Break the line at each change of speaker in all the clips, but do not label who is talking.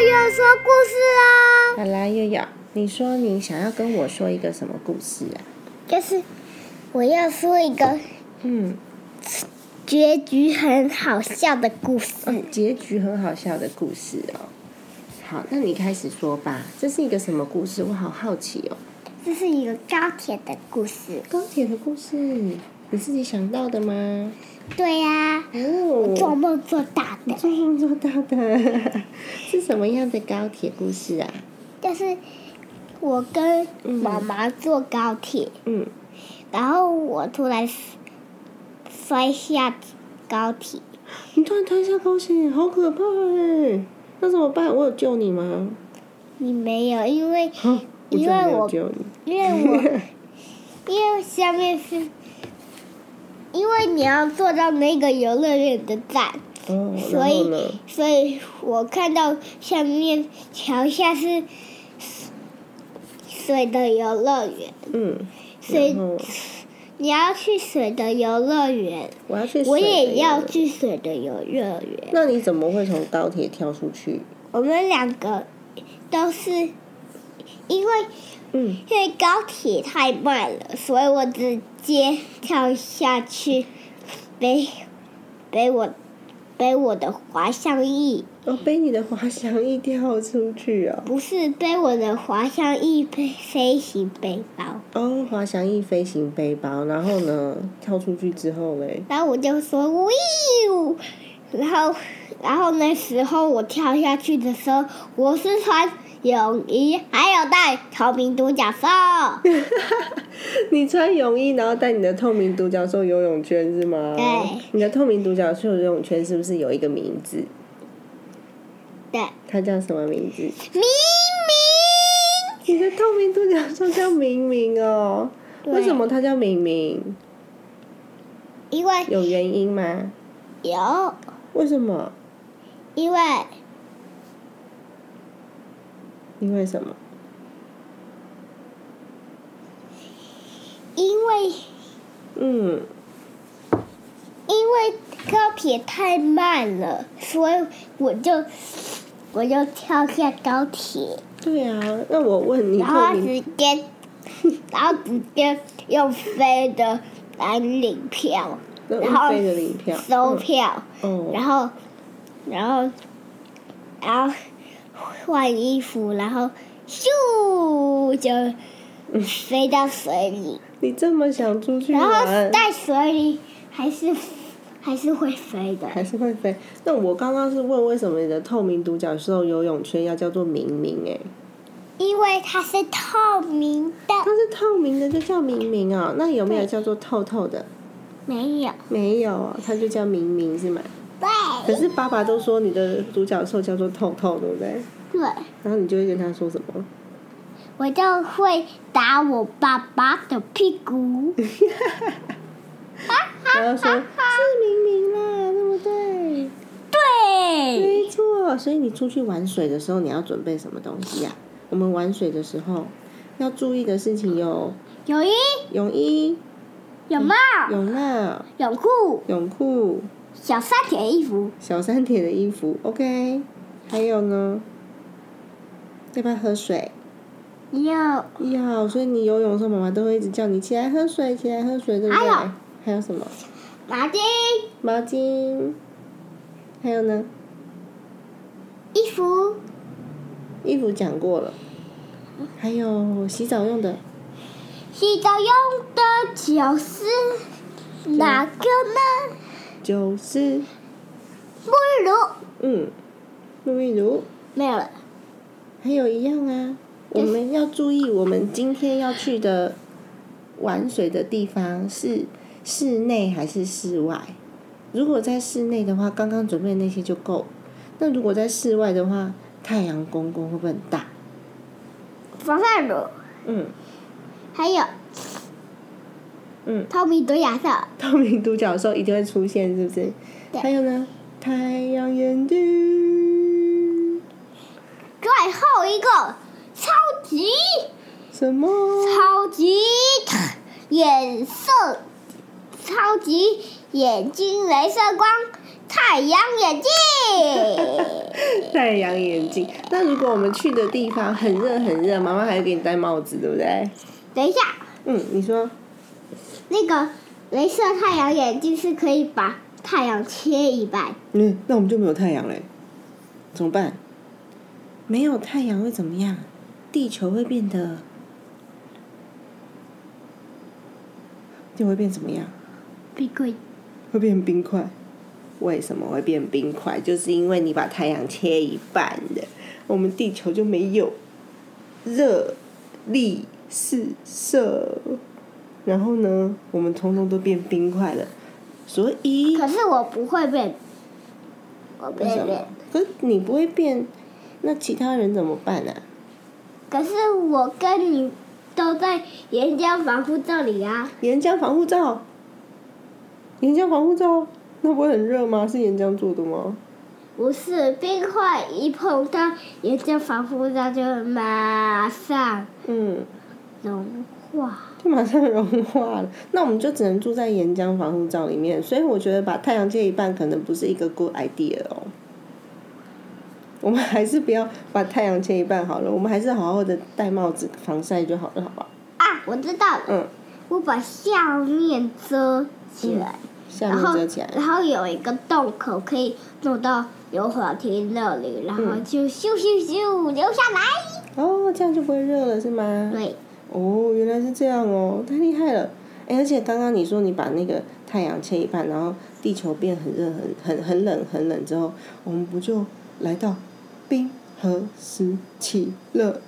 故事啦，
好啦，月月，你说你想要跟我说一个什么故事啊？
就是我要说一个
嗯，
结局很好笑的故事。
哦结局很好笑的故事哦。嗯好，那你开始说吧。这是一个什么故事？我好好奇哦。
这是一个高铁的故事。
高铁的故事，你自己想到的吗？
对呀、做
哦，
梦做大的，
做梦做到的， 是什么样的高铁故事啊？
就是我跟妈妈坐高铁，
嗯，
然后我突然摔下高铁，
你突然吞下高血，好可怕哎！那怎么办？我有救你吗？
你没有，因为
哼 我
因
真的
为
没有
我
救你。
因为我因为下面是。因为你要坐到那个游乐园的站，
哦，
所
然后
以
呢？
所以我看到下面桥下是水的游乐园，
嗯，
所以
然后
你要去水的游乐园，
我要去，
我也要。去水的游乐园。
那你怎么会从高铁跳出去？
我们两个都是因为
嗯，
因为高铁太慢了，所以我直接跳下去，被被我被我的滑翔翼
哦，被你的滑翔翼跳出去哦。
不是被我的滑翔翼飞飞行背包，
哦，滑翔翼飞行背包，然后呢，跳出去之后嘞，
然后我就说呜，然后然后那时候我跳下去的时候，我是穿泳衣，还有戴透明独角兽，
你穿泳衣，然后带你的透明独角兽游泳圈是吗？
对。
你的透明独角兽游泳圈是不是有一个名字？
对，
它叫什么名字？
明明
你的透明独角兽叫明明哦。
对
为什么它叫明明？
因为
有原因吗？
有，
为什么？
因为
因为什么？
因为
嗯，
因为高铁太慢了，所以我就我就跳下高铁。
对啊。那我问你，
然后
透
他
明
直接，然后直接用飞的来领票，
那
然后
飞的领票
收票，
嗯
然
哦，
后，然后，然后换衣服，然后咻就飞到水里，
你这么想出去
然后
玩，
在水里还是还是会飞的，
还是会飞？那我刚刚是问为什么你的透明独角兽游泳圈要叫做明明、欸？哎，
因为它是透明
它
的，
是透明的就叫明明哦。那有没有
对
叫做透透的？
没有，
没有哦，它就叫明明是吗？可
对
是爸爸都说你的独角兽叫做透透，对不对？
对。
然后你就会跟他说什么？
我就会打我爸爸的屁股。
然后说是明明啦，对不对？
对，
没错，所以你出去玩水的时候，你要准备什么东西呀、我们玩水的时候要注意的事情有
泳衣、
泳衣、
泳帽、
泳帽、
泳裤、
泳裤、
小三铁衣服，
小三铁的衣服，OK。还有呢，要不要喝水？
有
要，所以你游泳的时候，妈妈都会一直叫你起来喝水，起来喝水，对不对？
还有
还有什么？
毛巾、
毛巾，还有呢？
衣服、
衣服讲过了，还有洗澡用的
洗澡用的酒是哪个呢？
酒是
沐浴露
嗯，沐浴露，
没有了，
还有一样啊，我们要注意，我们今天要去的玩水的地方是室内还是室外？如果在室内的话，刚刚准备那些就够。那如果在室外的话，太阳公公会不会很大？
防晒乳，
嗯
还有
嗯，
透明独角兽。
透明独角兽一定会出现，是不是？
对
还有呢，太阳眼镜，
最后一个，超级
什么？
超级眼色，超级眼睛镭射光，超太阳眼镜。
太阳眼镜。那如果我们去的地方很热很热，妈妈还会给你戴帽子，对不对？
等一下，
嗯，你说
那个镭射太阳眼镜是可以把太阳切一半，
嗯，那我们就没有太阳嘞，怎么办？没有太阳会怎么样？地球会变得，就会变怎么样？
被贵
会变冰块。为什么会变冰块？就是因为你把太阳切一半了，我们地球就没有热力四射，然后呢，我们通通都变冰块了，所以
可是我不会变，我不
为
会
什么
变。？
可是你不会变，那其他人怎么办呢、啊？
可是我跟你都在岩浆防护罩里啊，
岩浆防护罩，岩浆防护罩，那不会很热吗？是岩浆做的吗？
不是冰块一碰到岩浆防护罩就会马上
嗯，
融化。
就马上融化了。那我们就只能住在岩浆防护罩里面，所以我觉得把太阳切一半可能不是一个 good idea 哦。我们还是不要把太阳切一半好了，我们还是好好的戴帽子防晒就好了，好吧？
啊，我知道了，
嗯，
我把下面遮起来，
下
然
面
后
遮起来。
然后有一个洞口可以弄到游滑梯那里，然后
嗯
就咻咻咻流下来。
哦，这样就不会热了是吗？
对，
哦，原来是这样哦，太厉害了！哎，而且刚刚你说你把那个太阳切一半，然后地球变很热、很很很冷、很冷之后，我们不就来到冰河时期了？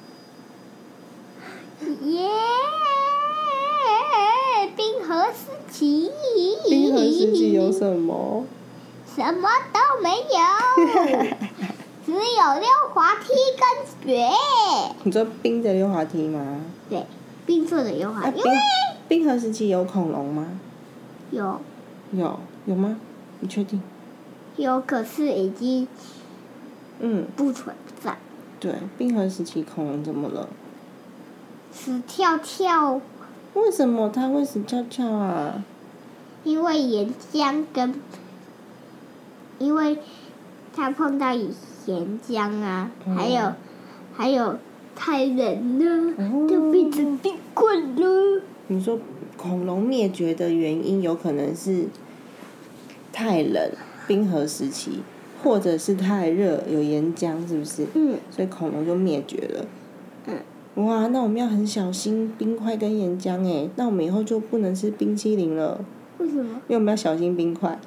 耶！冰河时期，
冰河时期有什么？
什么都没 有，只有溜滑梯跟雪。
你说冰的溜滑梯吗？
对，冰做的溜滑
啊，
梯，
冰
因为
冰河时期有恐龙吗？
有
有有吗？你确定？
有，可是已经
嗯，
不存在。
对，冰河时期恐龙怎么了？
死跳跳，
为什么它会死翘翘啊？
因为岩浆跟，因为它碰到岩浆啊，
嗯
还有还有太冷
哦
了，就变成冰棍了。
你说恐龙灭绝的原因有可能是太冷，冰河时期，或者是太热有岩浆，是不是？
嗯，
所以恐龙就灭绝了。
嗯。
哇，那我们要很小心冰块跟岩浆诶，那我们以后就不能吃冰淇淋了，
为什么？
因为我们要小心冰块。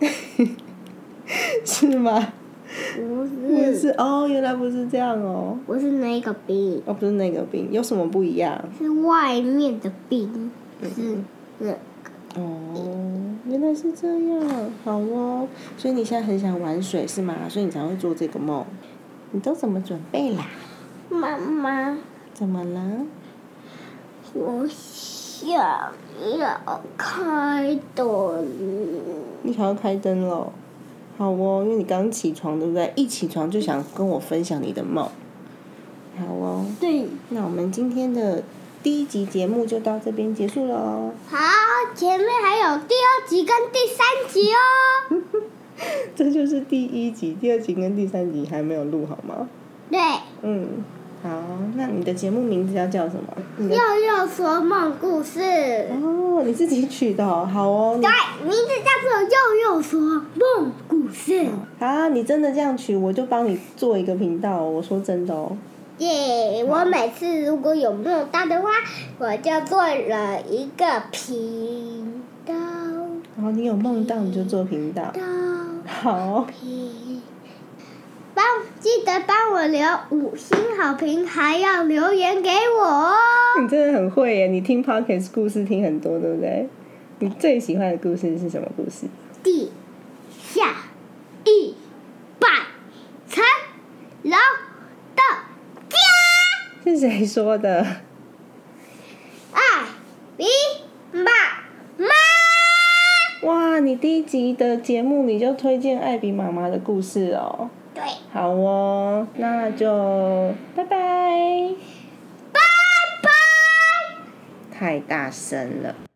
是吗？
不
不
是，
是哦，原来不是这样哦。
我是那个冰，
哦，不是那个冰，有什么不一样？
是外面的冰，是那
哦，原来是这样，好哦。所以你现在很想玩水是吗？所以你才会做这个梦。你都怎么准备啦？
妈妈，
怎么了？
我想要开灯。
你想要开灯喽？好哦，因为你刚起床，对不对？一起床就想跟我分享你的梦。好哦，
对，
那我们今天的第一集节目就到这边结束了哦。
好，前面还有第二集跟第三集哦。
这就是第一集，第二集跟第三集还没有录好吗？
对，
嗯，好，那你的节目名字要叫什么？你的
又又说梦故事，对，
哦，你自己取的哦、好哦。你
名字叫做又又说梦故事，
啊，你真的这样取，我就帮你做一个频道哦、我说真的哦，
耶、我每次如果有梦到的话，我就做了一个频道，
然后你有梦到你就做频道。
道
好，
频。帮记得帮我留五星好评，还要留言给我哦。
你真的很会耶！你听 podcast 故事听很多，对不对？你最喜欢的故事是什么故事？
地下一百层楼的家，
是谁说的？
艾比妈妈。
哇，你第一集的节目你就推荐艾比妈妈的故事哦。
对，
好哦，那就拜拜。
拜拜。
太大声了。